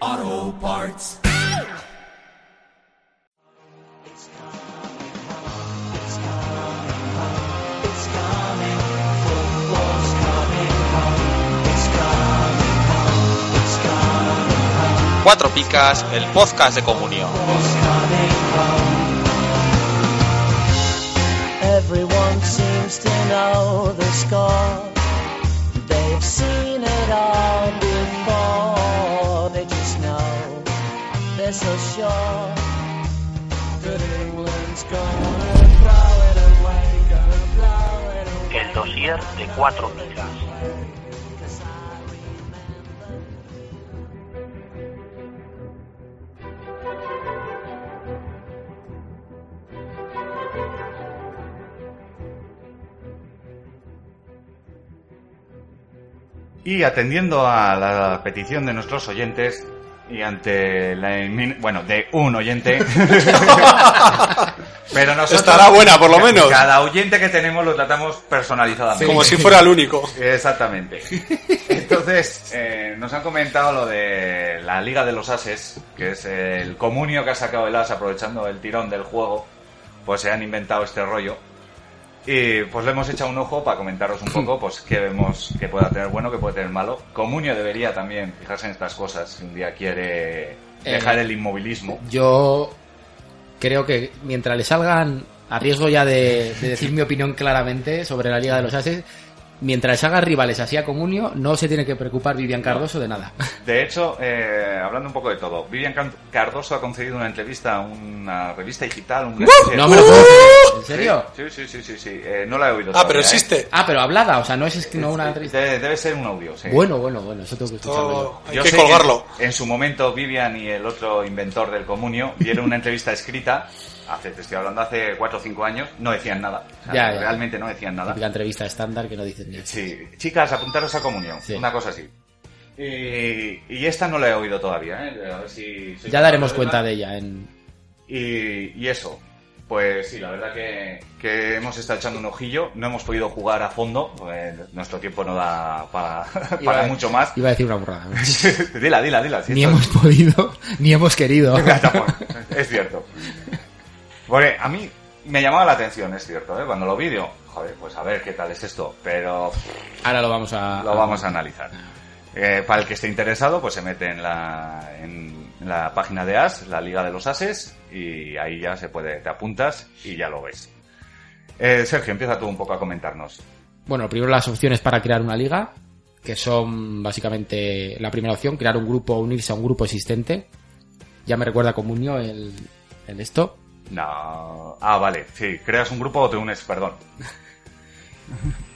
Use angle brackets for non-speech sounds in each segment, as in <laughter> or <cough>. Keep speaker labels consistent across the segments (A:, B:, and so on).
A: Auto Parts.
B: Cuatro Picas, el podcast de comunión.
C: Everyone seems to know the score. They've seen it all before. They just know they're so sure that England's gonna throw it away, gonna blow it away.
D: El dossier de cuatro picas.
C: 'Cause I remember
E: Y atendiendo a la petición de nuestros oyentes y ante la inmin- bueno de un oyente, pero nosotros
F: Estará buena, por lo menos.
E: Cada oyente que tenemos lo tratamos personalizadamente.
F: Como si fuera el único.
E: Exactamente. Entonces, eh, nos han comentado lo de la Liga de los Ases, que es el comunio que ha sacado el As aprovechando el tirón del juego, pues se han inventado este rollo. Y pues le hemos echado un ojo para comentaros un poco, pues qué vemos que pueda tener bueno, que puede tener malo. Comunio debería también fijarse en estas cosas si un día quiere dejar el inmovilismo.
G: Yo creo que mientras le salgan, a riesgo ya de, de decir mi opinión claramente sobre la Liga de los Ases, mientras le salgan rivales así a Comunio, no se tiene que preocupar Vivian Cardoso de nada.
E: De hecho, eh, hablando un poco de todo, Vivian Can- Cardoso ha concedido una entrevista a una revista digital, un
G: ¡Uh! No me lo puedo
E: ¡Uh!
G: creer. ¿En serio?
E: Sí, sí, sí, sí, sí. Eh, no la he oído.
F: Ah,
E: todavía,
F: pero
E: ¿eh?
F: existe.
G: Ah, pero hablada, o sea, no es escri- no una
E: Sí,
G: entrevista.
E: de- debe ser un audio, sí.
G: Bueno, bueno, bueno, eso tengo que escucharlo yo.
F: Todo- hay
E: Yo
F: que
E: sé que
F: colgarlo.
E: en su momento Vivian y el otro inventor del comunio dieron una entrevista escrita, hace, te estoy hablando, hace 4 o 5 años, no decían nada. O sea,
G: Ya, ya.
E: Realmente no decían nada.
G: Típica entrevista estándar que no dices ni
E: Sí, chicas, apuntaros a comunión,
G: Sí.
E: una cosa así. Y, y esta no la he oído todavía, ¿eh? A ver si... soy
G: Ya
E: capaz
G: daremos
E: oírla.
G: cuenta de ella en...
E: Y, y eso, pues sí, la verdad que, que hemos estado echando un ojillo, no hemos podido jugar a fondo, eh, nuestro tiempo no da para, <laughs> para
F: Iba-
E: mucho más. <laughs>
G: Iba a decir una burrada.
E: dila, dila, dila. si
G: Ni
E: esto- <laughs>
G: hemos podido, ni hemos querido.
E: Tampoco, pues, es cierto. Porque a mí me llamaba la atención, es cierto, ¿eh? cuando lo vi, digo, joder, pues a ver qué tal es esto, pero
G: Ahora lo vamos a...
E: lo vamos a analizar. Eh, para el que esté interesado, pues se mete en la, en la página de As, la Liga de los Ases, y ahí ya se puede, te apuntas y ya lo ves. Eh, Sergio, empieza tú un poco a comentarnos.
G: Bueno, primero las opciones para crear una liga, que son básicamente la primera opción, crear un grupo, unirse a un grupo existente. Ya me recuerda a Comunio el, el esto.
E: No. Ah, vale, sí, creas un grupo o te unes, perdón.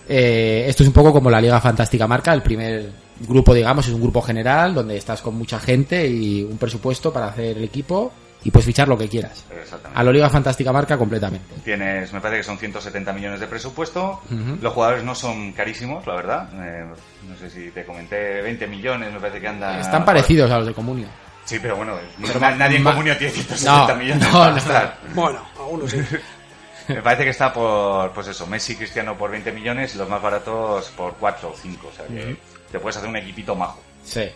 G: Eh, esto es un poco como la Liga Fantástica Marca, el primer grupo, digamos, es un grupo general donde estás con mucha gente y un presupuesto para hacer el equipo y pues fichar lo que quieras.
E: Exactamente.
G: A la Liga Fantástica Marca completamente.
E: Tienes, me parece que son 170 millones de presupuesto.
G: Ujú.
E: Los jugadores no son carísimos, la verdad. Eh, no sé si te comenté 20 millones, me parece que anda.
G: Están parecidos a los de Comunio.
E: Sí, pero bueno, na- nadie en
G: ma-
E: comunio tiene 170
G: No,
E: millones.
G: <laughs> no,
E: para
G: no.
E: gastar.
F: Bueno, algunos sí.
E: Me parece que está por, pues eso, Messi y Cristiano por 20 millones, los más baratos por 4 o 5. O sea que te puedes hacer un equipito majo.
G: Sí.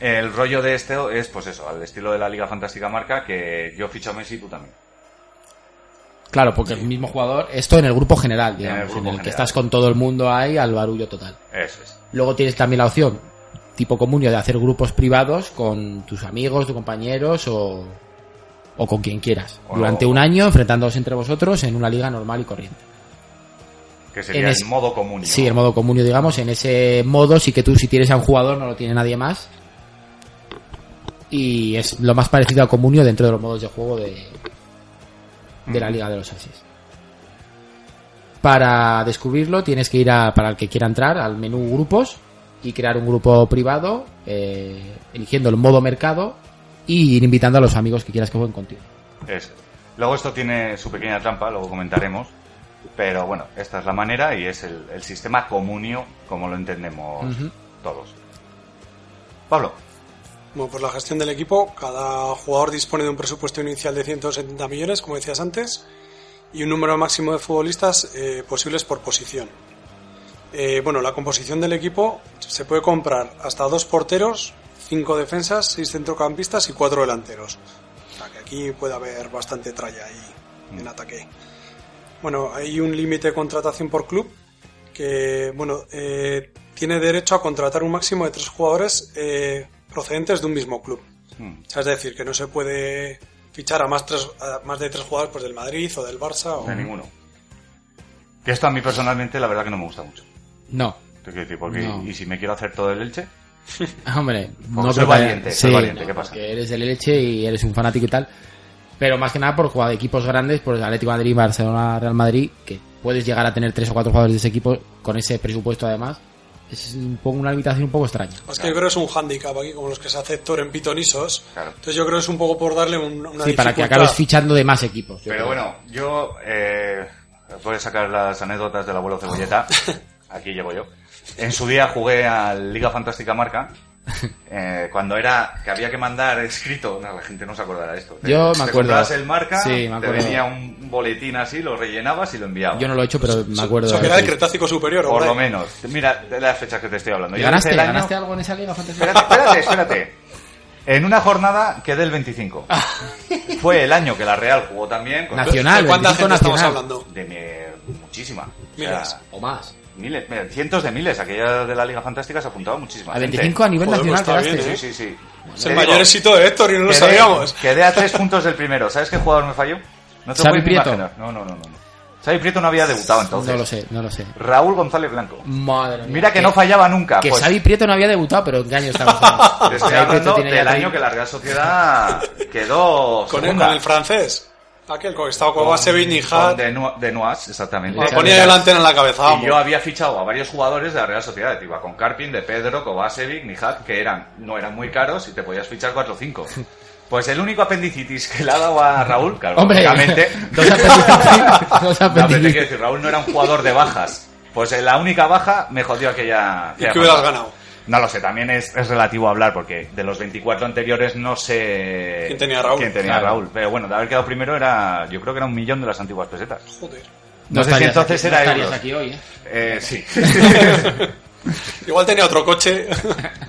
E: El rollo de este es, pues eso, al estilo de la Liga Fantástica Marca, que yo ficho a Messi y tú también.
G: Claro, porque el mismo jugador, esto en el grupo general, digamos, en el,
E: grupo
G: que
E: general.
G: estás con todo el mundo ahí al barullo total.
E: Eso es.
G: Luego tienes también la opción, tipo comunio, de hacer grupos privados con tus amigos, tus compañeros o, o con quien quieras.
E: O-
G: durante un año enfrentándoos entre vosotros en una liga normal y corriente.
E: Que sería
G: En
E: el
G: es-
E: modo comunio.
G: Em, Sí, el modo comunio, digamos, en ese modo sí que tú si tienes a un jugador no lo tiene nadie más. Y es lo más parecido a comunio dentro de los modos de juego de, de la Liga de los Ases. Para descubrirlo tienes que ir a, para el que quiera entrar, al menú grupos y crear un grupo privado, eh, eligiendo el modo mercado y ir invitando a los amigos que quieras que jueguen contigo.
E: Es. Luego esto tiene su pequeña trampa, luego comentaremos. Pero bueno, esta es la manera y es el, el sistema comunio como lo entendemos
G: Ujú.
E: todos. Pablo,
F: Bueno, pues la gestión del equipo, cada jugador dispone de un presupuesto inicial de 170 millones, como decías antes, y un número máximo de futbolistas eh, posibles por posición. Eh, bueno, la composición del equipo se puede comprar hasta dos porteros, cinco defensas, seis centrocampistas y cuatro delanteros. O sea que aquí puede haber bastante tralla ahí en ataque. Bueno, hay un límite de contratación por club que, bueno, eh, tiene derecho a contratar un máximo de tres jugadores eh, procedentes de un mismo club.
E: Mm.
F: O sea, Es decir, que no se puede fichar a más, tres, a más de tres jugadores pues, del Madrid o del Barça. O...
E: de ninguno. Que esto a mí personalmente la verdad que no me gusta mucho.
G: No,
E: Te quiero decir, porque
G: No.
E: y si me quiero hacer todo el Elche,
G: Ah, hombre,
E: Como
G: no
E: soy
G: creo que-
E: valiente, soy valiente, ¿qué pasa?
G: porque eres del leche y eres un fanático y tal. Pero más que nada por jugar de equipos grandes, por el Atlético de Madrid, Barcelona, Real Madrid, que puedes llegar a tener tres o cuatro jugadores de ese equipo con ese presupuesto además. Es un poco una limitación un poco extraña.
F: Es que yo creo que es un hándicap aquí, como los que se hace Héctor en pitonisos.
E: Claro.
F: Entonces yo creo que es un poco por darle un- una
G: sí, para que
F: dificultad.
G: acabes fichando de más equipos. yo
E: Pero
G: creo.
E: bueno, yo eh, voy a sacar las anécdotas del abuelo
G: <laughs>
E: Cebolleta. Aquí llevo yo. En su día jugué a Liga Fantástica
G: <laughs>
E: Marca. eh, cuando era que había que mandar escrito, no, la gente no se acordará de esto. Te-
G: Yo me
E: te
G: acuerdo.
E: comprabas el marca,
G: Sí, me
E: te
G: acuerdo.
E: venía un boletín así, lo rellenabas y lo enviabas.
G: Yo no lo he hecho, pero me acuerdo.
F: O sea,
G: de
F: que era
G: haber
F: el
G: visto.
F: Cretácico Superior,
E: Por
F: hombre.
E: lo menos. Mira de las fechas que te estoy hablando.
G: ¿Y
E: Yo
G: ¿Ganaste,
E: empecé el año-
G: ¿Ganaste algo en esa liga? Fantasy?
E: Espérate, espérate, espérate. En una jornada quedé el 25.
F: Ah.
E: Fue el año que la Real jugó también. con-
G: Nacional,
F: ¿De cuánta
G: 25
F: gente estamos
G: nacional.
F: hablando?
E: De mi- muchísima. O sea,
F: Miles.
G: O más.
E: Miles, mira, cientos de miles. Aquella de la Liga Fantástica se apuntaba muchísima.
G: A
E: gente.
G: 25 a nivel
F: Joder, pues
G: nacional
F: está bien,
G: quedaste.
E: Sí, sí, sí.
F: Es
E: Te
F: el
E: digo,
F: mayor éxito de Héctor y no lo sabíamos.
E: Quedé a tres puntos del primero. ¿Sabes qué jugador me falló? No te
G: Xavi
E: puedes ni
G: Prieto.
E: imaginar. No, no, no, no. no. Xavi Prieto no había debutado entonces.
G: No lo sé, no lo sé.
E: Raúl González Blanco.
G: Madre mía.
E: Mira que no fallaba nunca.
G: Que
E: pues,
G: Xavi Prieto no había debutado, pero en qué año <laughs> estamos hablando.
E: te estoy <laughs>
G: Xavi Prieto
E: hablando
G: tiene
E: del
G: ya
E: año que la Real Sociedad quedó
F: <laughs> Con el,
E: segunda.
F: con el francés. Aquel con que estaba con Basevich y
E: Con
F: Hart.
E: de, Nu- de Nuas, exactamente.
F: Bueno, ponía yo la antena en la cabeza,
E: Y
F: vamos.
E: yo había fichado a varios jugadores de la Real Sociedad. Iba con Carpin, de Pedro, Kovacevic, Nijat, que eran, no eran muy caros y te podías fichar 4 o
G: <laughs>
E: 5. Pues el único apendicitis que le ha dado a Raúl, claro,
G: Hombre,
E: lógicamente. <laughs>
G: dos apendicitis.
E: No,
G: <laughs> Dos
E: pero te quiero
G: apendicitis.
E: decir, Raúl no era un jugador de bajas. Pues en la única baja me jodió aquella.
F: ¿Y
E: aquella
F: qué hubieras
E: jornada.
F: ganado?
E: No lo sé, también es, es relativo hablar porque de los 24 anteriores no sé.
F: ¿Quién tenía a Raúl?
E: quién tenía a
G: Claro.
E: Raúl. Pero bueno, de haber quedado primero era. Yo creo que era un millón de las antiguas pesetas.
F: Joder.
E: No, sé si
G: estarías
E: entonces
G: aquí, no
E: era
G: estarías
E: euros.
G: aquí hoy, ¿eh?
E: Eh, sí.
G: <laughs>
F: Igual tenía otro coche.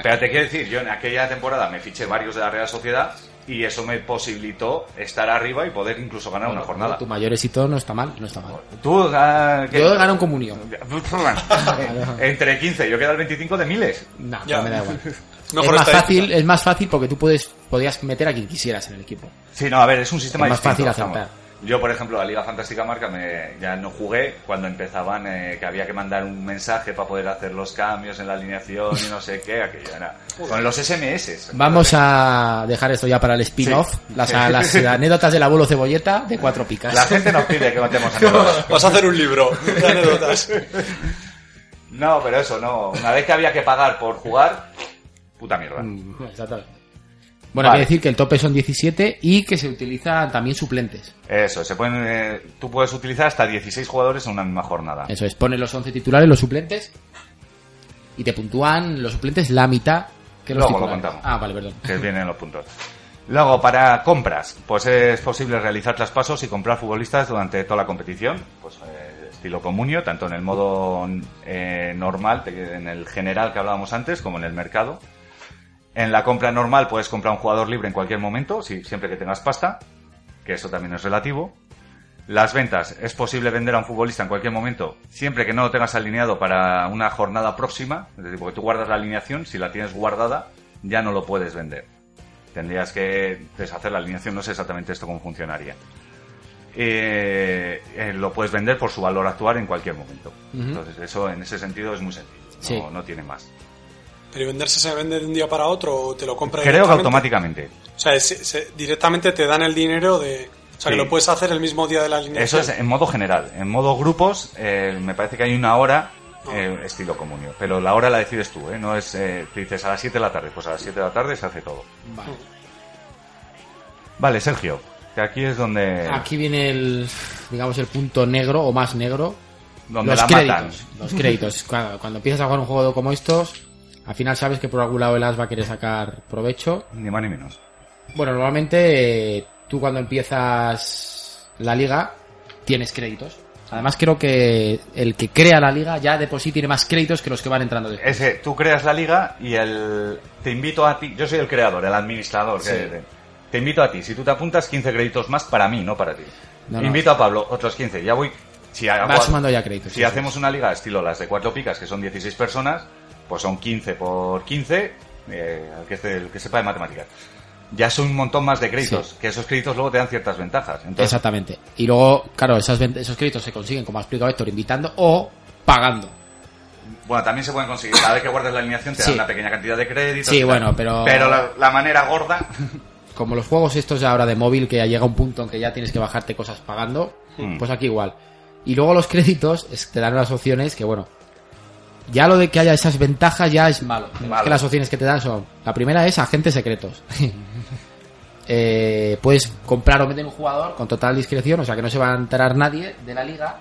E: Pero te quiero decir, yo en aquella temporada me fiché varios de la Real Sociedad y eso me posibilitó estar arriba y poder incluso ganar una jornada.
G: Tu mayor éxito no está mal, no está mal.
E: Tú, ah, ¿qué?
G: Yo gano en comunión.
E: <laughs> Entre 15, yo quedé al 25 de miles.
G: No,
F: Ya.
G: no me da igual.
F: Mejor
G: es, más
F: estadística.
G: fácil, eh. es más fácil porque tú puedes, podías meter a quien quisieras en el equipo.
E: Sí, no, a ver, es un sistema
G: Es más
E: distinto,
G: fácil acertar.
E: vamos. Yo, por ejemplo, la Liga Fantástica Marca me, ya no jugué cuando empezaban eh, que había que mandar un mensaje para poder hacer los cambios en la alineación y no sé qué, aquello era. Con los SMS.
G: Vamos a dejar esto ya para el spin-off.
E: Sí.
G: Las,
E: Sí. <laughs>
G: las anécdotas del abuelo cebolleta de cuatro picas. Mm,
E: La gente nos pide que matemos a
G: <laughs>
E: todos.
F: Vas a hacer un libro de anécdotas.
E: No, pero eso no. Una vez que había que pagar por jugar, puta mierda.
G: Mm, Exactamente. Bueno,
E: Vale.
G: hay que decir que el tope son 17 y que se utilizan también suplentes.
E: Eso, se pueden, eh, tú puedes utilizar hasta 16 jugadores en una misma jornada.
G: Eso es, pones los 11 titulares, los suplentes y te puntúan los suplentes la mitad que los
E: Luego lo
G: titulares.
E: contamos.
G: Ah, vale, perdón.
E: Que vienen los puntos. Luego, para compras, pues es posible realizar traspasos y comprar futbolistas durante toda la competición. Pues eh, estilo comunio, tanto en el modo eh, normal, te- en el general que hablábamos antes, como en el mercado. En la compra normal puedes comprar un jugador libre en cualquier momento, si, siempre que tengas pasta, que eso también es relativo. Las ventas, es posible vender a un futbolista en cualquier momento, siempre que no lo tengas alineado para una jornada próxima, es decir, porque tú guardas la alineación, si la tienes guardada, ya no lo puedes vender. Tendrías que deshacer la alineación, no sé exactamente esto cómo funcionaría. Eh, eh, lo puedes vender por su valor actual en cualquier momento.
G: Ujú.
E: Entonces, eso en ese sentido es muy sencillo,
G: Sí.
E: no, no tiene más.
F: Pero venderse se vende de un día para otro o te lo compra
E: Creo que
F: directamente?
E: automáticamente.
F: O sea, es- se- directamente te dan el dinero de... O sea,
E: Sí.
F: que lo puedes hacer el mismo día de la línea.
E: Eso es en modo general. En modo grupos, eh, me parece que hay una hora
G: Ah.
E: eh, estilo comunio. Pero la hora la decides tú, ¿eh? No es, eh, te dices a las 7 de la tarde. Pues a las 7 de la tarde se hace todo.
G: Vale.
E: Vale, Sergio, que aquí es donde,
G: Aquí viene el, digamos, el punto negro o más negro.
E: donde
G: los
E: la
G: créditos.
E: matan.
G: Los créditos. <laughs> Cuando, cuando empiezas a jugar un juego como estos, al final sabes que por algún lado el as va a querer sacar provecho.
E: Ni más ni menos.
G: Bueno, normalmente eh, tú cuando empiezas la liga tienes créditos. Además creo que el que crea la liga ya de por sí tiene más créditos que los que van entrando después.
E: Ese, tú creas la liga y el... Te invito a ti, yo soy el creador, el administrador.
G: Sí.
E: que- te invito a ti, si tú te apuntas 15 créditos más para mí, no para ti.
G: No, no.
E: Invito a Pablo, otros 15, ya voy... Si hago-
G: Vas sumando ya créditos.
E: Si
G: eso
E: hacemos una liga estilo las de cuatro picas, que son 16 personas, pues son 15 por 15, eh, al que, esté- el que sepa de matemáticas. Ya son un montón más de créditos,
G: Sí.
E: que esos créditos luego te dan ciertas ventajas.
G: es.
E: Entonces,
G: Exactamente. Y luego, claro, esas ven- esos créditos se consiguen, como ha explicado Héctor, invitando o pagando.
E: bueno, también se pueden conseguir, cada vez que guardas la alineación te
G: Sí.
E: dan una pequeña cantidad de créditos.
G: Sí,
E: y tal.
G: bueno, pero-
E: Pero la, la manera
G: <laughs>
E: gorda,
G: Como los juegos estos ahora de móvil, que ya llega un punto en que ya tienes que bajarte cosas pagando,
E: Hmm.
G: pues aquí igual. Y luego los créditos es- te dan unas opciones que, bueno, ya lo de que haya esas ventajas ya es malo. Pero es
E: Malo.
G: que las opciones que te dan son, la primera es agentes secretos. <laughs> Eh, puedes comprar o meter un jugador con total discreción, o sea que no se va a enterar nadie de la liga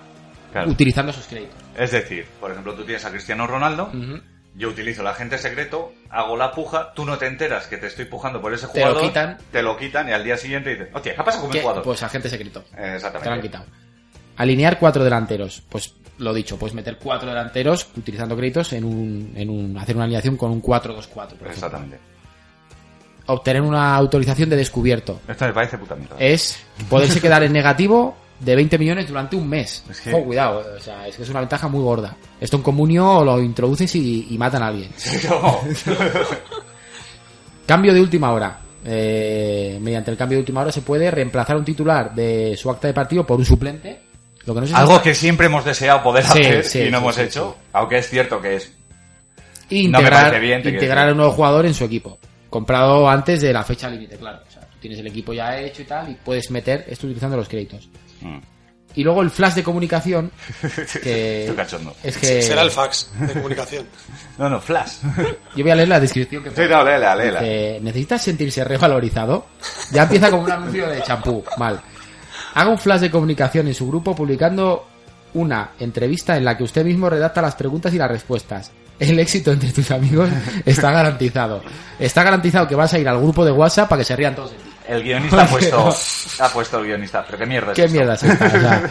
E: Claro.
G: utilizando esos créditos.
E: es decir, por ejemplo, tú tienes a Cristiano Ronaldo,
G: Ujú.
E: yo utilizo el agente secreto, hago la puja, tú no te enteras que te estoy pujando por ese
G: Te lo
E: jugador,
G: quitan.
E: te lo quitan y al día siguiente dices, hostia, ¿qué ha pasado con mi
G: ¿Qué?
E: jugador?
G: Pues agente secreto.
E: Eh, Exactamente.
G: Te lo han quitado. Alinear cuatro delanteros. Pues lo dicho, puedes meter cuatro delanteros utilizando créditos en un, en un hacer una alineación con un 4-2-4. por ejemplo.
E: Exactamente.
G: Obtener una autorización de descubierto.
E: Esto me parece puta mierda. <laughs>
G: Es poderse quedar en negativo de 20 millones durante un mes.
E: Es que-
G: Oh, cuidado, eh, o sea, es que es una ventaja muy gorda. Esto en comunio lo introduces y, y matan a alguien.
E: No.
G: Cambio de última hora. Eh, mediante el cambio de última hora se puede reemplazar un titular de su acta de partido por un suplente. Lo que no sé si-
E: Algo que siempre hemos deseado poder
G: Sí,
E: hacer
G: sí,
E: y no
G: sí,
E: hemos
G: sí,
E: hecho.
G: sí.
E: Aunque es cierto que es.
G: E
E: No me
G: integrar,
E: parece bien, te quiero
G: integrar
E: decir.
G: a un nuevo jugador en su equipo. Comprado antes de la fecha límite, claro. O sea, tú tienes el equipo ya hecho y tal, y puedes meter esto utilizando los créditos.
E: Mm.
G: Y luego el flash
E: <laughs>
G: de comunicación, que
E: Estoy cachondo.
G: es que...
F: Será el fax de comunicación.
E: No, no,
G: <laughs>
E: Flash.
G: Yo voy a leer la descripción que
E: Sí, no, léela, léela.
G: Dice, ¿Necesitas sentirse revalorizado? Ya empieza con un anuncio de champú. Mal. Haga un flash de comunicación en su grupo publicando una entrevista en la que usted mismo redacta las preguntas y las respuestas. El éxito entre tus amigos está garantizado. Está garantizado que vas a ir al grupo de WhatsApp para que se rían todos de ti.
E: El
G: <laughs>
E: guionista ha puesto. ha puesto el guionista. Pero qué mierda es
G: ¿Qué
E: esto?
G: mierda es esta? O sea,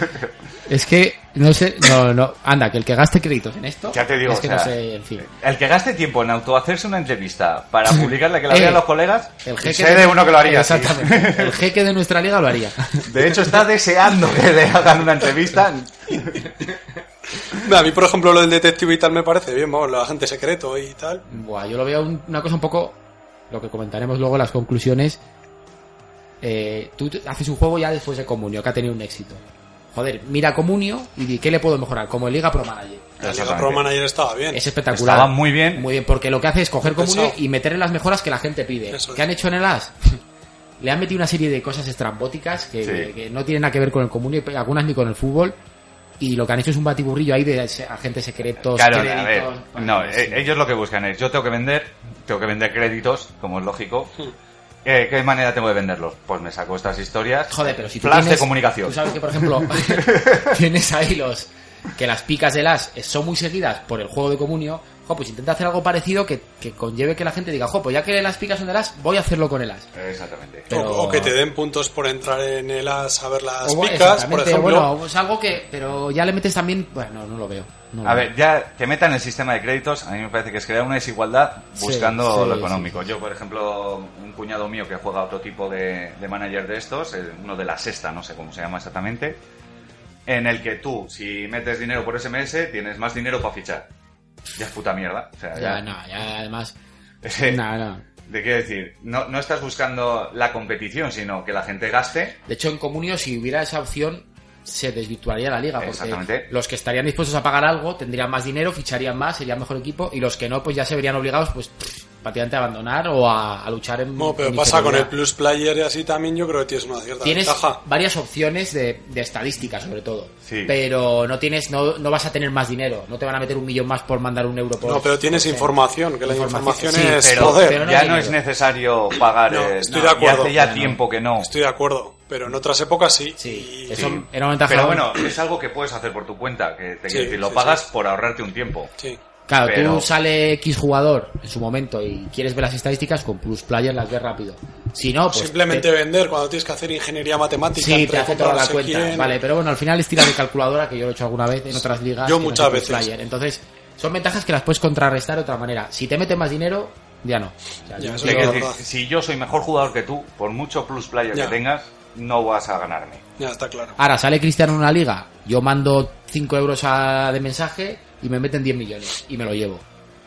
G: es que no sé, no, no, anda, que el que gaste créditos en esto,
E: Ya te digo,
G: es que
E: o sea,
G: no sé, en fin.
E: El que gaste tiempo en autohacerse una entrevista para publicarla que la
G: Eh,
E: vean los colegas.
G: El
E: y
G: jeque
E: sé de uno que lo haría. sí.
G: Exactamente. El jeque de nuestra liga lo haría.
E: <laughs> De hecho, está deseando que le hagan una entrevista.
F: Mira, A mí, por ejemplo, lo del detective y tal me parece bien, vamos, la gente secreto y tal.
G: Buah, yo lo veo un- una cosa un poco. Lo que comentaremos luego en las conclusiones. Eh, tú te- haces un juego ya después de Comunio, que ha tenido un éxito. Joder, mira Comunio y di, ¿qué le puedo mejorar? Como el Liga Pro Manager.
F: La Liga
E: Exactamente.
F: Pro Manager estaba bien.
G: Es espectacular.
E: Estaba muy bien.
G: Muy bien, porque lo que hace es coger Comunio
F: Pensado.
G: y meterle las mejoras que la gente pide.
F: Eso es.
G: ¿Qué han hecho en el AS? <laughs> le han metido una serie de cosas estrambóticas que,
E: Sí.
G: que no tienen nada que ver con el Comunio, y algunas ni con el fútbol. Y lo que han hecho es un batiburrillo ahí de se- agentes secretos,
E: Claro, a ver.
G: créditos,
E: No,
G: bueno,
E: eh,
G: sí.
E: ellos lo que buscan es: yo tengo que vender, tengo que vender créditos, como es lógico. Eh, ¿Qué manera tengo de venderlos? Pues me saco estas historias.
G: Joder, pero si tú
E: Flash
G: tienes-
E: de comunicación.
G: Tú sabes que, por ejemplo, <laughs> tienes ahí los... Que las picas de las son muy seguidas por el juego de comunio. Jo, pues intenta hacer algo parecido que, que conlleve que la gente diga, jo, pues ya que las picas son de las, voy a hacerlo con el as.
E: Exactamente.
F: O-
G: pero-
F: O, que te den puntos por entrar en el AS a ver las
G: O, bueno,
F: picas, por
G: exactamente,
F: ejemplo.
G: Bueno, pues algo que... Pero ya le metes también... Bueno, no lo veo. no lo
E: A
G: veo.
E: ver, ya que metan el sistema de créditos, a mí me parece que es crear una desigualdad
G: Sí,
E: buscando
G: sí,
E: lo económico. Yo, por ejemplo, un cuñado mío que juega otro tipo de, de manager de estos, eh, uno de la sexta, no sé cómo se llama exactamente, en el que tú, si metes dinero por SMS, tienes más dinero para fichar. Ya es puta mierda. O sea,
G: Ya, no, ya además...
E: Sí.
G: No, no.
E: De qué decir, no, no estás buscando la competición, sino que la gente gaste.
G: De hecho, en comunio, si hubiera esa opción, se desvirtuaría la liga. Porque
E: Exactamente.
G: los que estarían dispuestos a pagar algo tendrían más dinero, ficharían más, serían mejor equipo. Y los que no, pues ya se verían obligados, pues pff, prácticamente a abandonar o a, a luchar en.
F: No, pero
G: en
F: pasa con el
G: inferioridad.
F: Plus Player y así también, yo creo que tienes una cierta
G: Tienes
F: ventaja.
G: varias opciones de, de estadística, sobre todo.
E: Sí.
G: Pero no tienes, no, no vas a tener más dinero. No te van a meter un millón más por mandar un euro por.
F: No, pero tienes
G: por-
F: información, que la
G: Información,
F: información,
G: sí,
F: es
E: Pero,
F: poder.
G: pero no
E: ya
G: hay
E: no es
G: dinero.
E: necesario pagar.
F: No,
E: eh,
F: estoy
E: no,
F: de
E: y
F: acuerdo.
E: hace ya
G: Ya no.
E: tiempo que no.
F: Estoy de acuerdo, pero en otras épocas sí.
G: Sí,
F: Y-
G: eso
E: Sí.
G: era una ventaja.
E: Pero bueno, es algo que puedes hacer por tu cuenta. Que te quiero
F: Sí,
E: decir, lo
F: sí,
E: pagas
F: sí.
E: por ahorrarte un tiempo.
F: sí.
G: Claro, tú
E: pero-
G: sale X jugador en su momento y quieres ver las estadísticas, con Plus Player las ves rápido. Si no, pues. te-
F: Simplemente vender cuando tienes que hacer ingeniería matemática.
G: Sí, te
F: entre
G: hace toda
F: comprar
G: la
F: no sé
G: cuenta.
F: quién.
G: Vale, pero bueno, al final es tirar de calculadora, que yo lo he hecho alguna vez en otras ligas.
F: Yo
G: que no
F: muchas
G: sé, Plus
F: veces.
G: Player. Entonces, son ventajas que las puedes contrarrestar de otra manera. Si te meten más dinero, ya no. O sea,
F: Ya,
G: yo
F: eso
E: Te
F: es
E: quiero
G: quiero-
F: verdad.
E: decir, si yo soy mejor jugador que tú, por mucho plus player
F: Ya.
E: que tengas, no vas a ganarme.
F: Ya está claro.
G: Ahora sale Cristiano en una liga, yo mando 5 euros a- de mensaje y me meten 10 millones y me lo llevo.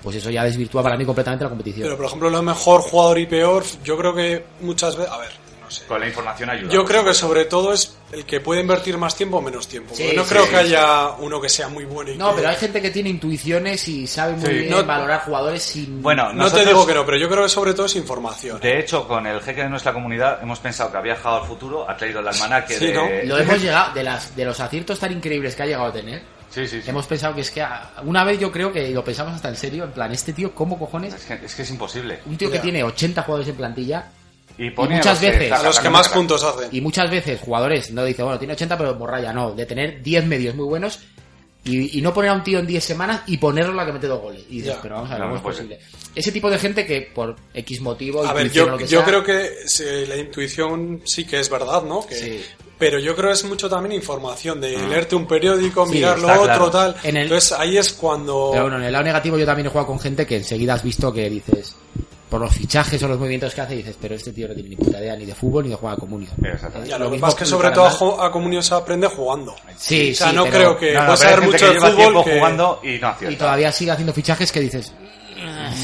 G: Pues eso ya desvirtúa para mí completamente la competición.
F: Pero por ejemplo, lo mejor jugador y peor, yo creo que muchas veces. A ver, no sé.
E: Con la información ayuda.
F: Yo creo que sobre todo es el que puede invertir más tiempo o menos tiempo.
G: Sí,
F: Porque no
G: sí,
F: creo
G: sí.
F: que haya uno que sea muy bueno y
G: No,
F: que-
G: pero hay gente que tiene intuiciones y sabe muy
E: Sí.
G: bien
F: No-
G: valorar jugadores sin...
E: Bueno,
F: No
E: nosotros-
F: te digo que no, pero yo creo que sobre todo es información. ¿eh?
E: De hecho, con el jeque de nuestra comunidad hemos pensado que había viajado al futuro, ha traído el almanaque
F: Sí,
E: de...
F: ¿no?
G: lo hemos llegado, de, las, de los aciertos tan increíbles que ha llegado a tener,
E: Sí, sí, sí.
G: hemos pensado que es que a- una vez yo creo que lo pensamos hasta en serio, en plan, este tío, ¿cómo
E: Es,
G: cojones?
E: que, es que es imposible.
G: Un tío que
F: Ya.
G: tiene 80 jugadores en plantilla
E: Y, pone a
G: muchas
E: los que
G: veces-
F: A
E: sacan,
F: los que
E: sacan,
F: más
E: sacan.
F: puntos hacen.
G: Y muchas veces jugadores no dice, bueno, tiene 80, pero borralla, no. De tener 10 medios muy buenos y, y no poner a un tío en 10 semanas y ponerlo en la que mete dos goles. Y dices,
F: Ya. pues
G: pero vamos a ver,
E: No,
G: ¿cómo
E: no
G: es
E: puede
G: posible? Ese tipo de gente que por X motivo,
F: A ver,
G: intuición o
F: yo,
G: lo que
F: yo
G: sea,
F: creo que se- la intuición sí que es verdad, ¿no? Que-
G: Sí. Mm.
F: Pero yo creo que es mucho también información, de leerte un periódico,
G: Sí,
F: mirar lo
E: está claro.
F: otro, tal.
G: En el-
F: Entonces ahí es cuando...
G: Pero bueno, en el lado negativo yo también he jugado con gente que enseguida has visto que dices, por los fichajes o los movimientos que hace, dices, pero este tío no tiene ni puta idea ni de fútbol ni de jugar a comunio.
E: Exactamente.
F: Ya,
G: Eh,
F: lo, que
G: mismo
F: pasa es que sobre
G: para
F: todo
G: mal-
F: a, a Comunio se aprende jugando.
G: Sí,
F: o sea,
G: sí,
F: no
G: pero-
F: creo que
E: No, no,
F: puedes
E: pero hay
F: saber
E: gente que
F: mucho de
E: lleva
F: fútbol
E: tiempo
F: que...
E: jugando y no
G: Y
E: acierta.
G: todavía sigue haciendo fichajes que dices,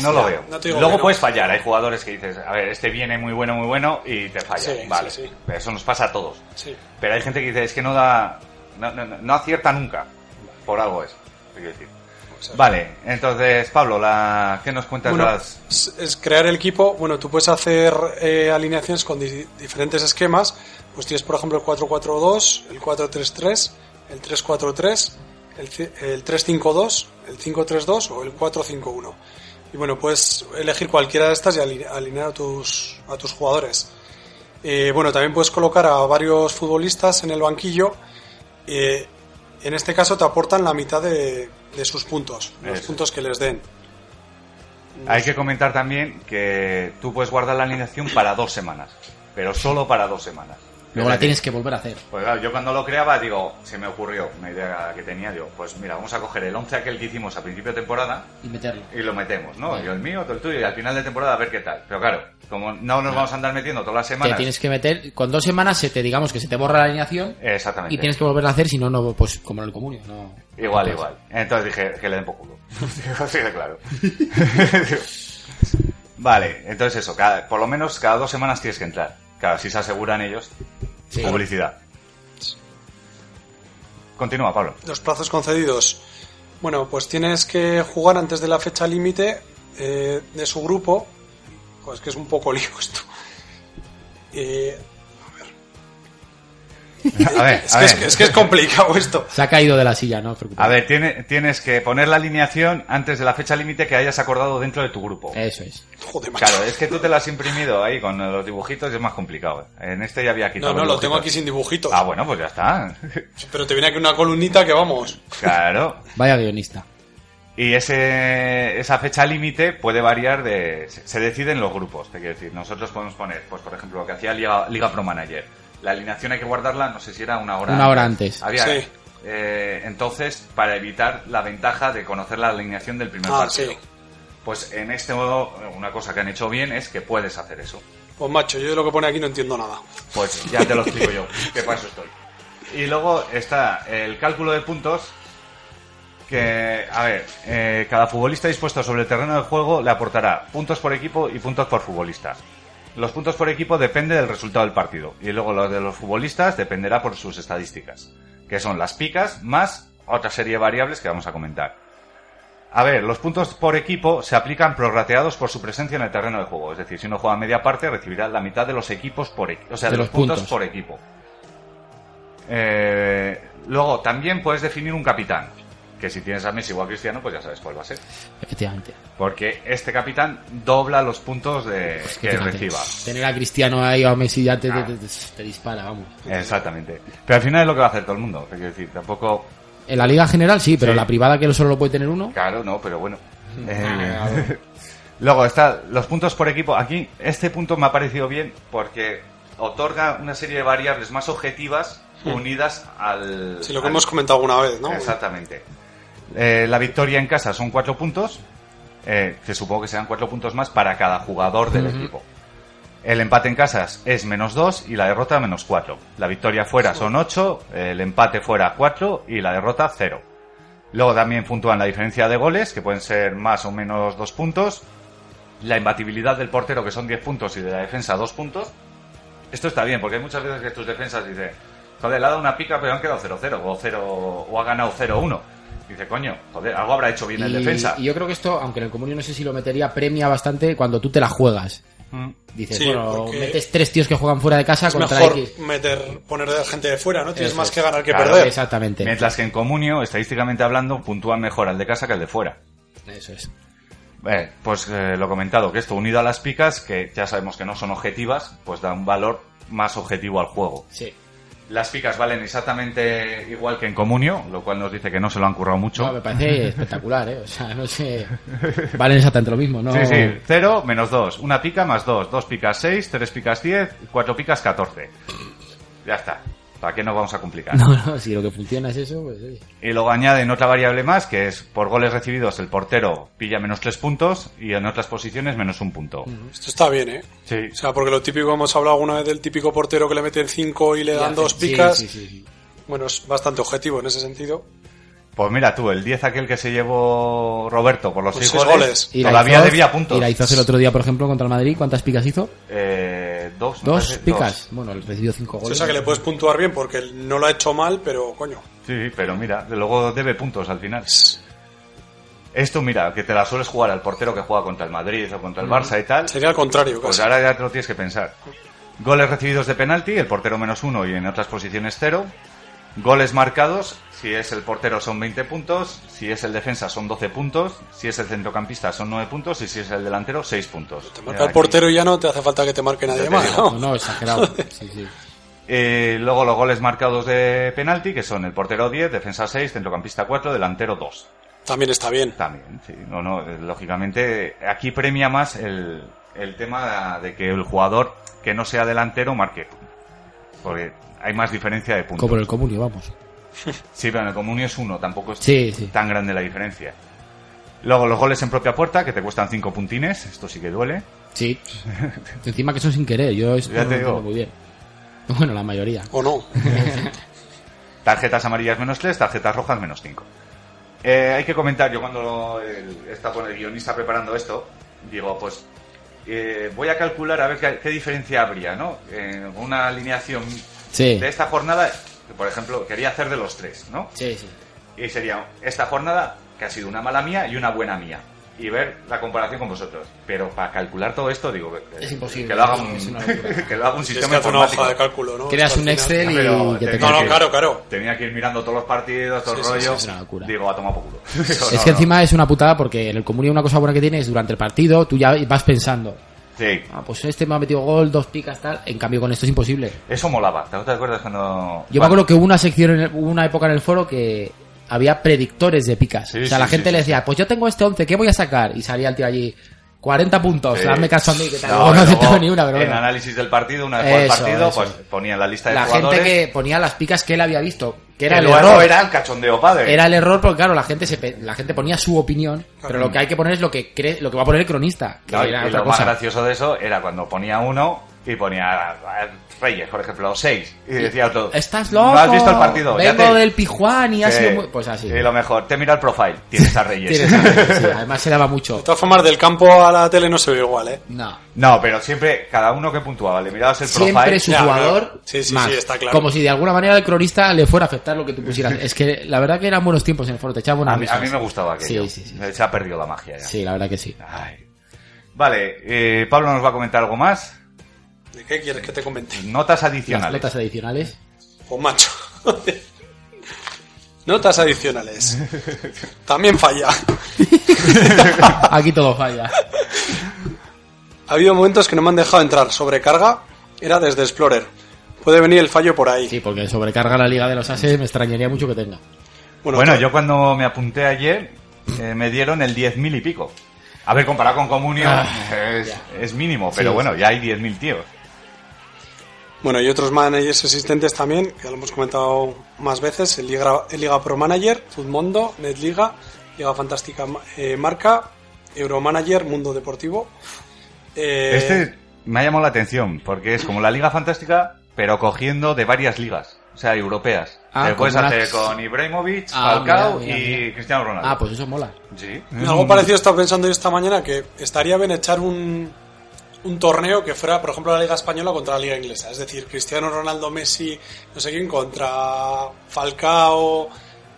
E: No lo veo.
F: no te digo
E: Luego
F: que no.
E: puedes fallar. Hay jugadores que dices, a ver, este viene muy bueno, muy bueno y te falla.
F: Sí,
E: vale.
F: sí, sí.
E: Pero Eso nos pasa a todos.
F: Sí.
E: Pero hay gente que dice, es que no da. No, no- no- no acierta nunca. Por algo es. te quiero decir.
F: sea-
E: Vale, entonces, Pablo, la... ¿qué nos cuentas
F: Bueno,
E: las.?
F: es es crear el equipo. Bueno, tú puedes hacer eh, alineaciones con di- diferentes esquemas. Pues tienes, por ejemplo, el 4-4-2, el 4-3-3, el 3-4-3, el ci- el 3-5-2, el 5-3-2 o el 4-5-1. Y bueno, puedes elegir cualquiera de estas y ali- alinear a tus, a tus jugadores. Eh, bueno, también puedes colocar a varios futbolistas en el banquillo. eh, en este caso te aportan la mitad de, de sus puntos, los
E: Eso.
F: puntos que les den.
E: Hay que comentar también que tú puedes guardar la alineación para dos semanas. Pero solo para dos semanas.
G: luego la
E: Es decir,
G: tienes que volver a hacer.
E: Pues claro, yo cuando lo creaba, digo, se me ocurrió una idea que tenía, digo, pues mira, vamos a coger el 11 aquel que hicimos a principio de temporada
G: Y meterlo.
E: y lo metemos, ¿no?
G: Vale.
E: Yo el mío, tú el tuyo, y al final de temporada a ver qué tal. Pero claro, como no nos vamos a andar metiendo todas las
G: Te
E: semanas.
G: tienes que meter, con dos semanas se te, digamos que se te borra la alineación
E: Exactamente.
G: y tienes que volver a hacer, si no, no, pues como en el comunio, no.
E: Igual,
G: no puedes.
E: igual. Entonces dije que le den por
G: <laughs>
E: culo. Así de claro. <laughs> Digo, vale, entonces eso, cada- por lo menos cada dos semanas tienes que entrar. Claro, si se aseguran ellos,
G: Sí.
E: publicidad. Continúa,
F: <laughs>
E: Pablo.
F: los plazos concedidos. Bueno, pues tienes que jugar antes de la fecha límite eh, de su grupo. Pues que es un poco <laughs> lío esto. Eh,
E: A ver,
F: es,
E: a
F: que
E: ver.
F: es, que- es que es complicado esto.
G: Se ha caído de la silla, no os preocupéis.
E: A ver, tiene- tienes que poner la alineación antes de la fecha límite que hayas acordado dentro de tu grupo.
G: Eso es.
F: Joder, macho.
E: Claro, eh, es que tú te la has imprimido ahí con los dibujitos y es más complicado. ¿eh? En este ya había
F: No,
E: quitado
F: no,
E: los
F: lo tengo aquí
E: dibujitos.
F: sin dibujitos.
E: Ah, bueno, pues ya está. <laughs>
F: Pero te viene aquí una columnita que vamos.
E: claro.
G: Vaya guionista.
E: Y ese, esa fecha límite puede variar de... Se se decide en los grupos, te quiero decir. Nosotros podemos poner, pues por ejemplo, lo que hacía Liga, Liga Pro Manager. La alineación hay que guardarla, no sé si era una hora
G: Una hora antes.
E: Había-
F: Sí.
E: eh, entonces, para evitar la ventaja de conocer la alineación del primer
F: Ah,
E: partido.
F: sí.
E: Pues en este modo, una cosa que han hecho bien es que puedes hacer eso.
F: Pues macho, yo de lo que pone aquí no entiendo nada.
E: Pues ya te lo explico yo, que para eso estoy. Y luego está el cálculo de puntos, que, a ver, eh, cada futbolista dispuesto sobre el terreno de juego le aportará puntos por equipo y puntos por futbolista. Los puntos por equipo depende del resultado del partido, y luego los de los futbolistas dependerá por sus estadísticas, que son las picas más otra serie de variables que vamos a comentar. A ver, los puntos por equipo se aplican prorrateados por su presencia en el terreno de juego. Es decir, si uno juega media parte, recibirá la mitad de los equipos por equi- o sea,
G: De
E: de,
G: los
E: los, puntos,
G: puntos.
E: por equipo. Eh, luego, también puedes definir un capitán. Que si tienes a Messi o a Cristiano, pues ya sabes cuál va a ser.
G: Efectivamente.
E: Porque este capitán dobla los puntos de, que
G: Fíjate,
E: reciba.
G: Tener a Cristiano ahí o a Messi ya te,
E: Ah.
G: te- te- te dispara, vamos.
E: Exactamente. Pero al final es lo que va a hacer todo el mundo. Es decir, tampoco.
G: En la liga general sí,
E: Sí.
G: pero en la privada que solo lo puede tener uno.
E: Claro, no, pero bueno. Eh, <laughs> Luego está los puntos por equipo. Aquí este punto me ha parecido bien porque otorga una serie de variables más objetivas unidas al.
F: Si lo que
E: al-
F: hemos comentado alguna vez, ¿no?
E: Exactamente. Eh, la victoria en casa son cuatro puntos, eh, que supongo que serán cuatro puntos más para cada jugador del equipo. El empate en casas es menos dos y la derrota menos cuatro. La victoria fuera son ocho, el empate fuera cuatro y la derrota cero. Luego también puntúan la diferencia de goles, que pueden ser más o menos dos puntos. La imbatibilidad del portero, que son 10 puntos, y de la defensa, dos puntos. Esto está bien, porque hay muchas veces que tus defensas dicen, joder, le ha dado una pica, pero han quedado 0-0, o, 0, o ha ganado 0-1. Dice, coño, joder, algo habrá hecho bien el defensa.
G: y yo creo que esto, aunque en el comunio no sé si lo metería, premia bastante cuando tú te la juegas.
E: Mm.
G: Dices,
F: Sí,
G: bueno,
F: porque-
G: metes tres tíos que juegan fuera de casa
F: Es
G: contra
F: mejor
G: X.
F: meter, poner gente de fuera, ¿no? Tienes
G: Eso
F: más
G: es.
F: que ganar que
E: Claro,
F: perder.
G: Exactamente.
E: Mientras que en comunio, estadísticamente hablando, puntúan mejor al de casa que al de fuera.
G: Eso es.
E: Eh, pues eh, lo comentado, que esto unido a las picas, que ya sabemos que no son objetivas, pues da un valor más objetivo al juego.
G: Sí.
E: Las picas valen exactamente igual que en comunio, lo cual nos dice que no se lo han currado mucho.
G: No,
E: <laughs>
G: me parece espectacular, ¿eh? O sea, no sé. Valen exactamente lo mismo, ¿no?
E: Sí, sí, 0 menos 2, una pica más 2, 2 picas 6, 3 picas 10, 4 picas 14. Ya está, ¿para qué nos vamos a complicar?
G: <laughs> No, no, si lo que funciona es eso, pues oye.
E: Y luego añaden otra variable más, que es por goles recibidos el portero pilla menos 3 puntos y en otras posiciones menos 1 punto.
F: Esto está bien, ¿eh?
E: Sí,
F: O sea, porque lo típico, hemos hablado alguna vez del típico portero que le meten cinco y le dan dos
G: Sí,
F: picas.
G: sí, sí, sí.
F: Bueno, es bastante objetivo en ese sentido.
E: pues mira tú, el 10 aquel que se llevó Roberto por los
F: Pues
E: 6
F: seis
E: goles,
F: goles.
G: Y la
E: todavía
G: hizo-
E: debía puntos.
G: Y la hizo hace el otro día, por ejemplo, contra el Madrid. ¿Cuántas picas hizo?
E: Eh, dos, me
G: Dos
E: parece,
G: picas. Bueno, recibió cinco
F: O
G: goles.
F: sea, que le puedes puntuar bien porque él no lo ha hecho mal, pero coño.
E: Sí, pero mira, luego debe puntos al final. Esto, mira, que te la sueles jugar al portero que juega contra el Madrid o contra el Barça y tal.
F: Sería al contrario,
E: Pues
F: casi.
E: ahora ya te lo tienes que pensar. Goles recibidos de penalti, el portero menos uno y en otras posiciones cero. Goles marcados, si es el portero son 20 puntos, si es el defensa son 12 puntos, si es el centrocampista son 9 puntos y si es el delantero 6 puntos.
F: Te
E: Mira,
F: marca el
E: aquí-
F: portero y ya no te hace falta que te marque nadie
E: te
F: más,
E: digo.
G: No,
F: ¿no?
G: no,
F: <laughs>
G: exagerado. Sí, sí.
E: Eh, luego los goles marcados de penalti, que son el portero 10, defensa 6, centrocampista 4, delantero 2.
F: También está bien.
E: También, sí. No, no, eh, lógicamente, eh, aquí premia más el, el tema de que el jugador que no sea delantero marque. Porque hay más diferencia de puntos.
G: Como en el comunio, vamos.
E: Sí, pero en el comunio es uno, tampoco es
G: Sí, sí.
E: tan grande la diferencia. Luego los goles en propia puerta, que te cuestan cinco puntines, esto sí que duele.
G: Sí. Encima que son sin querer. Yo esto
E: Ya te
G: no lo entiendo
E: digo.
G: muy bien. Bueno, la mayoría.
E: <laughs>
F: ¿O no?
E: Tarjetas amarillas menos 3, tarjetas rojas menos 5. hay que comentar, yo cuando lo- el- está con el guionista preparando esto, digo, pues eh, voy a calcular a ver qué, qué diferencia habría, ¿no? En una alineación
G: Sí.
E: de esta jornada, que, por ejemplo, quería hacer de los tres, ¿no?
G: Sí, sí.
E: Y sería esta jornada que ha sido una mala mía y una buena mía. Y ver la comparación con vosotros. Pero para calcular todo esto, digo que,
G: Es imposible.
E: que lo haga un, <laughs>
G: Es una locura.
E: que lo haga un
F: Tienes
E: sistema
F: que hacer una
E: informático.
F: hoja de cálculo, ¿no?
G: Creas
F: Esto
G: un
F: al final-
G: Excel
E: Pero
G: y que te
E: te-
F: No, no,
G: calcule.
F: claro, claro.
E: Tenía que ir mirando todos los partidos, todo
F: Sí,
E: el
F: sí,
E: rollo.
F: sí, es
G: una locura.
E: digo, a tomar por
G: <laughs>
E: culo. Digo,
G: Es
E: no,
G: que
E: no.
G: encima es una putada porque en el comunio una cosa buena que tiene es durante el partido tú ya vas pensando,
E: Sí,
G: ah, pues este me ha metido gol, dos picas, tal. En cambio con esto es imposible.
E: eso molaba. ¿Te te acuerdas cuando.?
G: Yo me acuerdo que hubo una sección, en el- hubo una época en el foro que había predictores de picas.
E: Sí,
G: o sea,
E: sí,
G: la
E: sí,
G: gente
E: sí,
G: le decía, pues yo tengo este 11, ¿qué voy a sacar? Y salía el tío allí, 40 puntos,
E: Sí.
G: hazme caso a mí, que tal.
E: No,
G: No,
E: luego,
G: aceptaba ni una, pero
E: En
G: bueno.
E: análisis del partido, una vez por el
G: Eso,
E: partido,
G: eso.
E: pues ponían la lista de
G: La
E: jugadores.
G: gente que ponía las picas que él había visto, que era
E: que
G: el
E: luego
G: error.
E: era el cachondeo padre.
G: Era el error porque, claro, la gente se pe- la gente ponía su opinión, pero lo que hay que poner es lo que cree, lo que va a poner el cronista. que
E: No, y-
G: era
E: y
G: otra
E: lo
G: cosa.
E: más gracioso de eso era cuando ponía uno, Y ponía eh, Reyes, por ejemplo, seis. Y decía todo.
G: Estás loco.
E: ¿No has visto el partido? Ya
G: Vengo
E: te-
G: del Pijuán y ha
E: Sí.
G: sido muy... Pues así.
E: Y lo mejor, te mira el profile, tienes
G: <laughs>
E: a Reyes.
G: Tienes razón, sí, además se daba mucho.
F: De todas formas, del campo a la tele no se ve igual, ¿eh?
G: No.
E: No, pero siempre, cada uno que puntuaba, le mirabas el profile.
G: Siempre su
F: Ya,
G: jugador
F: claro. Sí, sí,
G: más.
F: sí, está claro.
G: Como si de alguna manera el cronista le fuera a afectar lo que tú pusieras. es que la verdad que eran buenos tiempos en el foro. Te echaba una
E: a, mí, a mí me gustaba aquello.
G: Sí, sí, sí.
E: Se ha perdido la magia ya.
G: Sí, la verdad que sí.
E: Ay. Vale, eh, Pablo nos va a comentar algo más.
F: ¿De qué quieres que te comente?
E: Notas
G: Las
E: adicionales.
G: notas adicionales.
F: O macho. <laughs>
E: <laughs>
F: Notas adicionales. También falla.
G: Aquí todo falla.
F: Ha habido momentos que no me han dejado entrar. Sobrecarga era desde Explorer. Puede venir el fallo por ahí.
G: Sí, porque sobrecarga la Liga de los Ases me extrañaría mucho que tenga.
E: Bueno,
F: claro.
E: yo cuando me apunté ayer eh, me dieron el 10.000 y pico. A ver, comparado con Comunio
G: Ah,
E: es, es mínimo,
G: Sí,
E: pero bueno,
G: sí.
E: ya hay 10.000 tíos.
F: Bueno, y otros managers existentes también, que ya lo hemos comentado más veces, el Liga, el Liga Pro Manager, Futmundo, Netliga, Liga Fantástica eh, Marca, Euromanager, Mundo Deportivo. Eh,
E: Este me ha llamado la atención porque es como la Liga Fantástica, pero cogiendo de varias ligas, o sea, europeas.
G: Ah,
E: Te puedes
G: como una-
E: hacer con Ibrahimovic,
G: Ah,
E: Falcao
G: mira, mira,
E: y
G: mira.
E: Cristiano Ronaldo.
G: Ah, pues Mm. eso mola.
E: Sí.
F: Algo
G: Em.
F: parecido estaba pensando yo esta mañana, que estaría bien echar un, un torneo que fuera, por ejemplo, la Liga Española contra la Liga Inglesa. Es decir, Cristiano Ronaldo, Messi, no sé quién, contra Falcao.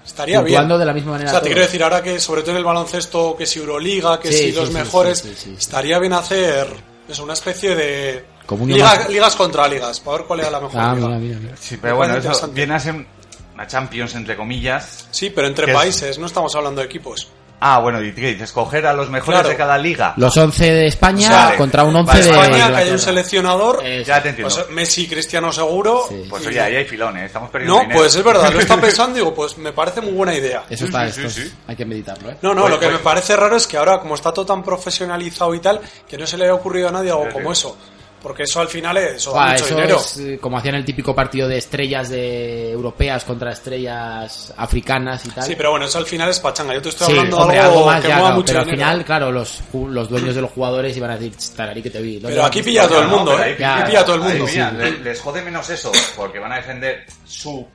F: Estaría bien.
G: Puntuando de la misma manera
F: O sea,
G: a
F: te
G: todos.
F: quiero decir, ahora que sobre todo en el baloncesto, que si Euroliga, que
G: Sí,
F: si
G: sí,
F: los
G: sí,
F: mejores,
G: sí, sí, sí, sí.
F: estaría bien hacer eso, una especie de
G: Comunión
F: liga-
G: más-
F: ligas contra ligas, para ver cuál era la mejor
G: Ah,
F: liga.
G: mira, mira, mira.
E: Sí,
F: Me
E: pero bueno,
F: parece
E: eso
F: interesante.
E: viene a ser una Champions, entre comillas.
F: Sí, pero
E: Que
F: entre
E: es-
F: países, no estamos hablando de equipos.
E: Ah, bueno, y qué dices, coger a los mejores
F: Claro.
E: de cada liga.
G: Los 11 de España
F: O sea,
G: contra un 11
E: vale,
G: de
F: España, que hay
G: Inglaterra.
F: un seleccionador,
G: Eso.
E: Ya te entiendo.
F: pues, Messi, Cristiano seguro.
G: Sí.
E: Pues
F: y-
E: oye, ahí hay filones, estamos perdiendo
F: No,
E: dinero.
F: pues es verdad,
E: <laughs>
F: lo está pensando y digo, pues me parece muy buena idea.
G: Eso está, esto es- hay que meditarlo, ¿eh?
F: No, no,
E: Oye,
F: lo que
E: oye.
F: me parece raro es que ahora, como está todo tan profesionalizado y tal, que no se le haya ocurrido a nadie algo
E: Sí, sí.
F: como eso. Porque eso al final es, eso da
G: Ah,
F: mucho
G: eso
F: dinero.
G: es eh, como hacían el típico partido de estrellas de europeas contra estrellas africanas y tal.
F: Sí, pero bueno, eso al final es pachanga. Yo te estoy
G: Sí,
F: hablando de
G: hombre,
F: algo,
G: algo más
F: que
G: ya,
F: mueva
G: claro,
F: mucho
G: pero al
F: dinero.
G: final, claro, los, ju- los dueños de los jugadores iban a decir, "Tss, Tarari que te vi. ¿dónde
F: Pero
G: vas?
F: aquí pilla todo el
E: No,
F: mundo,
E: pero ahí
F: ¿eh?
G: Ya,
F: Aquí pilla todo el
E: ahí
F: mundo.
E: pillan, le- Les jode menos eso, porque van a defender su...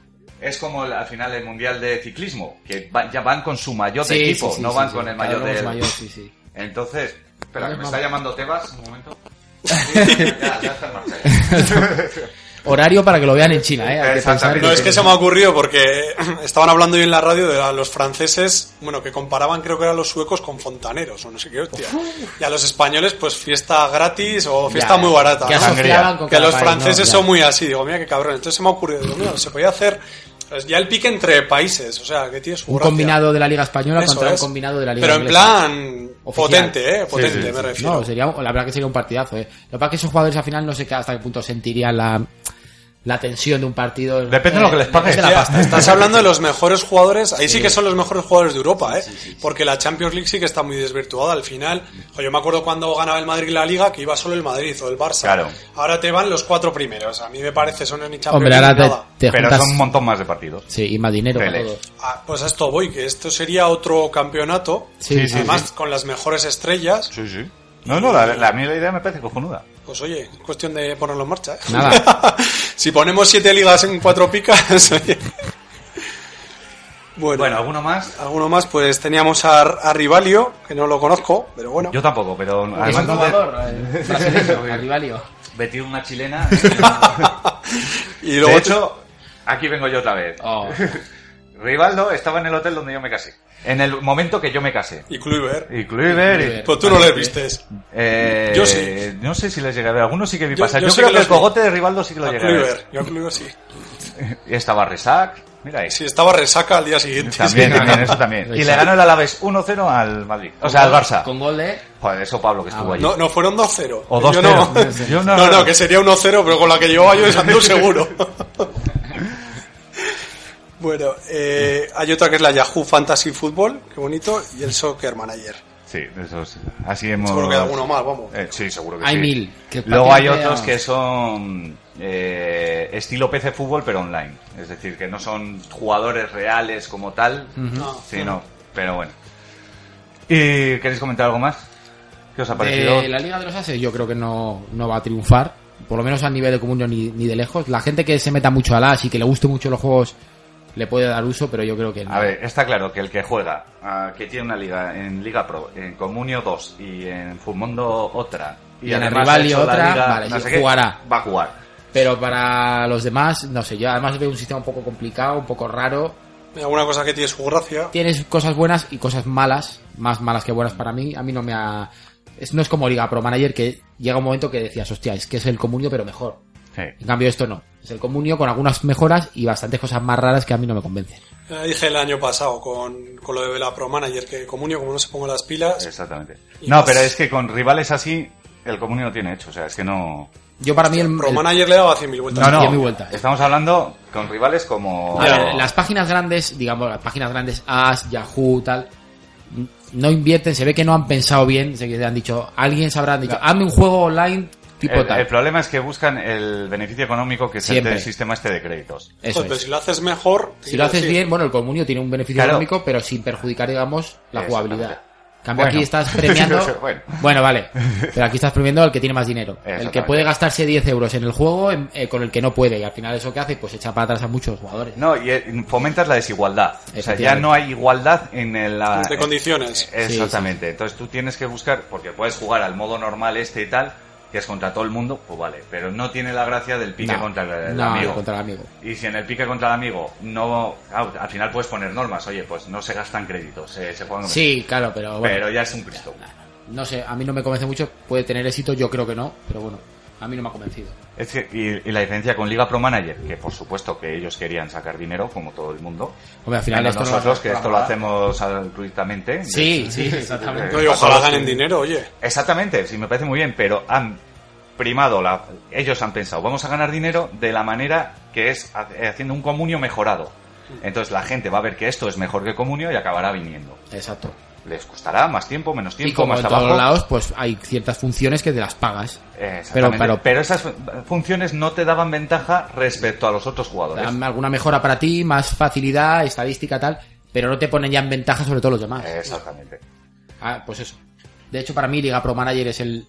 E: Es como el- al final el Mundial de Ciclismo, que va- ya van con su mayor de
G: Sí,
E: equipo,
G: sí, sí,
E: no
G: sí,
E: van
G: sí,
E: con el
G: cada
E: mayor
G: uno con
E: de...
G: su mayor, sí, sí.
E: Entonces... Espera, que me está
G: Vale, vamos.
E: llamando Tebas, un
F: <laughs>
E: momento. ya, ya está en marcha.
G: <laughs> Horario para que lo vean en China, ¿eh? Hay que
E: Exactamente.
G: pensar
F: No, es que se me ha ocurrido porque estaban hablando hoy en la radio de a los franceses, bueno, que comparaban creo que eran los suecos con fontaneros o no sé qué hostia. Y a los españoles, pues fiesta gratis o
G: Ya,
F: fiesta muy barata.
G: que
F: ¿no?
G: asociaban con
F: Que
G: cada
F: los
G: país, ¿no?
F: franceses
G: Ya.
F: son muy así. Digo, mira qué cabrón. Entonces se me ha ocurrido, digo, mira, se podía hacer pues, ya el pique entre países, o sea, que tienes
G: Un combinado de la Liga Española
F: Eso
G: contra un
F: es.
G: combinado de la Liga
F: Pero en
G: Inglesa.
F: plan
G: Oficial.
F: potente, ¿eh? Potente,
E: sí,
F: me
E: sí.
F: refiero.
G: No, sería, la verdad que sería un partidazo, ¿eh? Lo que pasa es que esos jugadores al final no sé qué- hasta qué punto sentirían la, la tensión de un partido.
E: Depende de lo que les pagues.
G: depende de la
F: Ya,
G: pasta.
F: Estás hablando de los mejores jugadores. Ahí sí. que son los mejores jugadores de Europa, ¿eh? Porque la Champions League sí que está muy desvirtuada al final. jo, yo me acuerdo cuando ganaba el Madrid la Liga que iba solo el Madrid o el Barça.
E: Claro.
F: Ahora te van los cuatro primeros. A mí me parece, son ni Champions
G: Hombre,
F: League
G: ahora
F: ni nada.
G: te, te
E: Pero
G: juntas...
E: son un montón más de partidos.
G: Sí, y más dinero para
E: Pele.
G: todos.
F: Ah, pues a esto voy, que esto sería otro campeonato.
G: Sí, sí,
F: Además, con las mejores estrellas.
E: Sí, sí. No, no, la, la, a mí la idea me parece cojonuda.
F: Pues oye, es cuestión de ponerlo en marcha. ¿eh?
G: Nada.
F: <laughs> si ponemos siete ligas en cuatro picas, <laughs> oye.
E: Bueno, ¿alguno más?
F: Alguno más, pues teníamos a, a Rivalio, que no lo conozco, pero bueno.
E: Yo tampoco, pero
G: Es un
E: <laughs> además
G: jugador eh, brasileño, <laughs> el Rivalio.
E: metí una chilena.
F: y
E: De
F: luego
E: hecho, aquí vengo yo otra vez.
G: Oh.
E: Rivaldo estaba en el hotel donde yo me casé. En el momento que yo me casé.
F: y Kluivert.
E: Y Kluivert.
F: Pues tú no le viste.
E: eh,
F: Yo sí.
E: No sé si les llegué a ver. Algunos sí que vi
F: Yo-
E: pasar. Yo,
F: yo sí
E: creo
F: que
E: que el
F: los vi.
E: cogote de Rivaldo sí que lo
F: A
E: llegué a ver.
F: Kluivert. Yo a Kluivert sí.
E: Y estaba Resac. Mira ahí.
F: Sí, estaba resaca al día siguiente.
E: También,
F: Sí.
E: también, eso
F: <laughs>
E: también. Y le
G: Resac.
E: ganó el Alavés 1-0 al Madrid. O sea, al Barça.
G: Con gol de...
E: Joder, eso Pablo que estuvo allí.
F: No, no fueron 2-0.
E: O 2-0.
F: Yo no. <laughs>
E: Yo no-
F: no, no, que sería 1-0, pero con la que llevaba yo es Andú
E: <laughs>
F: seguro. bueno, eh, hay otra que es la Yahoo Fantasy Football, qué bonito, y el Soccer Manager.
E: Sí, eso sí. Así hemos.
F: Seguro que hay alguno más, vamos.
E: Eh, sí, seguro que
G: Hay
E: sí.
G: mil. Que
E: Luego hay
G: prácticamente
E: otros
G: a-
E: que son eh, estilo PC fútbol, pero online. Es decir, que no son jugadores reales como tal.
F: No.
E: Sí, no, pero bueno. ¿Y queréis comentar algo más? ¿Qué os ha parecido?
G: De la Liga de los Ases yo creo que no, no va a triunfar. por lo menos al nivel de Comunio ni, ni de lejos. La gente que se meta mucho a las y que le guste mucho los juegos le puede dar uso, pero yo creo que no.
E: A ver, está claro que el que juega, ah, que tiene una liga en Liga Pro, en Comunio 2 y en Fumondo otra,
G: Y en el
E: además
G: rival
E: ha
G: y
E: hecho la
G: otra, vale, sí, jugará.
E: va a jugar.
G: Pero para los demás, no sé, yo además veo un sistema un poco complicado, un poco raro.
F: Alguna cosa que tiene su gracia.
G: Tienes cosas buenas y cosas malas, más malas que buenas para mí. A mí no me ha... es- no es como Liga Pro Manager que llega un momento que decías, hostia, es que es el comunio pero mejor. En cambio esto no. Es el comunio con algunas mejoras y bastantes cosas más raras que a mí no me convencen.
F: Ya Eh, dije el año pasado con, con lo de la Pro Manager que Comunio, como no se ponga las pilas,
E: Exactamente.
F: Y
E: No,
F: más-
E: pero es que con rivales así, el Comunio no tiene hecho, o sea, es que no...
G: Yo para mí el...
F: Pro
G: el-
F: Manager le daba 100.000 vueltas.
E: No, no,
G: tiene mi vuelta.
E: estamos hablando con rivales como...
G: A ver, las páginas grandes, digamos, las páginas grandes, As, Yahoo, tal, n- no invierten, se ve que no han pensado bien, se ve que le han dicho, alguien sabrá, han dicho, hazme un juego online tipo
E: el,
G: tal.
E: el problema es que buscan el beneficio económico que es el
G: Siempre.
E: del sistema este de créditos.
G: Eso
F: Joder, pero
G: es.
F: si lo haces mejor...
G: Si lo haces
F: sí.
G: bien, bueno, el comunio tiene un beneficio
E: Claro.
G: económico, pero sin perjudicar, digamos, la
E: Exactamente.
G: jugabilidad. En cambio,
E: Bueno. <laughs>
G: aquí estás premiando.
E: Bueno.
G: Bueno, vale. Pero aquí estás premiando al que tiene más dinero. El
E: Exactamente.
G: que puede gastarse 10 euros en el juego en- eh, con el que no puede. Y al final, eso que hace, pues echa para atrás a muchos jugadores.
E: No, y eh, fomentas la desigualdad. O sea, ya
G: Efectivamente.
E: no hay igualdad en el... la- eh,
F: De
G: Eh,
F: condiciones.
E: Exactamente. Entonces tú tienes que buscar, porque puedes jugar al modo normal este y tal, que es contra todo el mundo, pues vale, pero no tiene la gracia del pique
G: No.
E: contra el
G: No,
E: amigo.
G: contra el amigo.
E: Y si en el pique contra el amigo no, ah, al final puedes poner normas, oye, pues no se gastan créditos, eh, se, se juegan con-
G: Sí, claro, pero bueno.
E: pero ya es un Cristo.
G: No sé, a mí no me convence mucho. Puede tener éxito, yo creo que no. Pero bueno, a mí no me ha convencido.
E: Es que, y, y la diferencia con Liga Pro Manager, que por supuesto que ellos querían sacar dinero, como todo el mundo.
G: Hombre, al final
E: Menos
G: esto no lo
E: nosotros,
G: haces
E: que
G: por
E: esto lo
G: amor.
E: hacemos altruistamente.
G: Sí, sí, exactamente.
F: No, y ojalá ganen dinero, oye.
E: Exactamente, sí, me parece muy bien, pero han primado, la, ellos han pensado, vamos a ganar dinero de la manera que es ha- haciendo un comunio mejorado.
F: Mm.
E: Entonces la gente va a ver que esto es mejor que comunio y acabará viniendo.
G: Exacto.
E: Les costará más tiempo, menos
G: Y
E: tiempo,
G: como
E: más
G: en
E: trabajo.
G: todos lados, pues hay ciertas funciones que te las pagas.
E: Eh,
G: Pero,
E: exactamente.
G: pero
E: Pero esas fu- funciones no te daban ventaja respecto a los otros jugadores.
G: dan alguna mejora para ti, más facilidad, estadística, tal. Pero no te ponen ya en ventaja sobre todos los demás.
E: Eh, Exactamente.
G: Ah, pues eso. De hecho, para mí, Liga Pro Manager es el.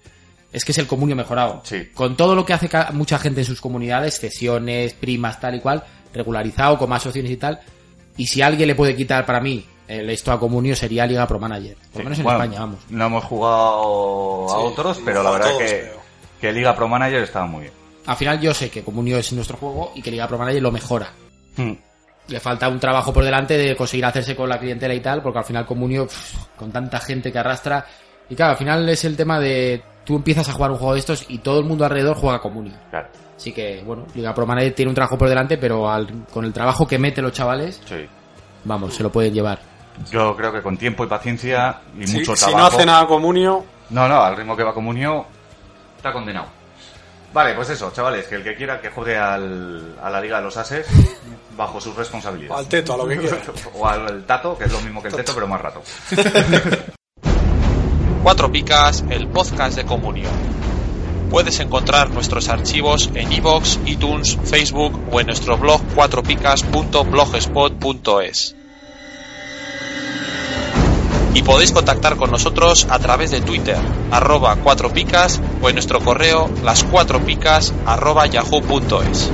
G: Es que es el comunio mejorado.
E: Sí.
G: Con todo lo que hace ca- mucha gente en sus comunidades, cesiones, primas, tal y cual, regularizado, con más opciones y tal. Y si alguien le puede quitar para mí el esto a comunio sería Liga Pro Manager. Por lo
E: Sí,
G: menos en
E: bueno,
G: España, vamos.
E: No hemos jugado a
F: Sí,
E: otros,
F: hemos
E: pero la
F: jugado
E: verdad
F: a todos,
E: que,
F: pero-
E: que Liga Pro Manager estaba muy
G: Al final yo sé que comunio es nuestro juego y que Liga Pro Manager lo mejora.
E: bien.
G: le falta un trabajo por delante de conseguir hacerse con la clientela y tal, porque al final Comunio, pf, con tanta gente que arrastra, y claro, al final es el tema de tú empiezas a jugar un juego de estos y todo el mundo alrededor juega Comunio.
E: Claro,
G: Así que, bueno, Liga Pro Manager tiene un trabajo por delante, pero al- con el trabajo que mete los chavales,
E: sí.
G: vamos, se lo pueden llevar.
E: Yo creo que con tiempo y paciencia y
F: Si,
E: mucho
F: si
E: trabajo.
F: no hace nada Comunio,
E: No, no, al ritmo que va Comunio está condenado. Vale, pues eso, chavales, que el que quiera que juegue al- a la Liga de los Ases bajo sus responsabilidades.
F: al teto,
E: <laughs>
F: a lo que quiera.
E: o al al Tato, que es lo mismo
F: <laughs>
E: que el Teto, pero más rato.
B: Cuatro Picas, el podcast de comunión. Puedes encontrar nuestros archivos en iVoox, iTunes, Facebook o en nuestro blog cuatropicas.blogspot.es. Y podéis contactar con nosotros a través de Twitter, arroba cuatropicas o en nuestro correo las cuatropicas arroba yahoo.es.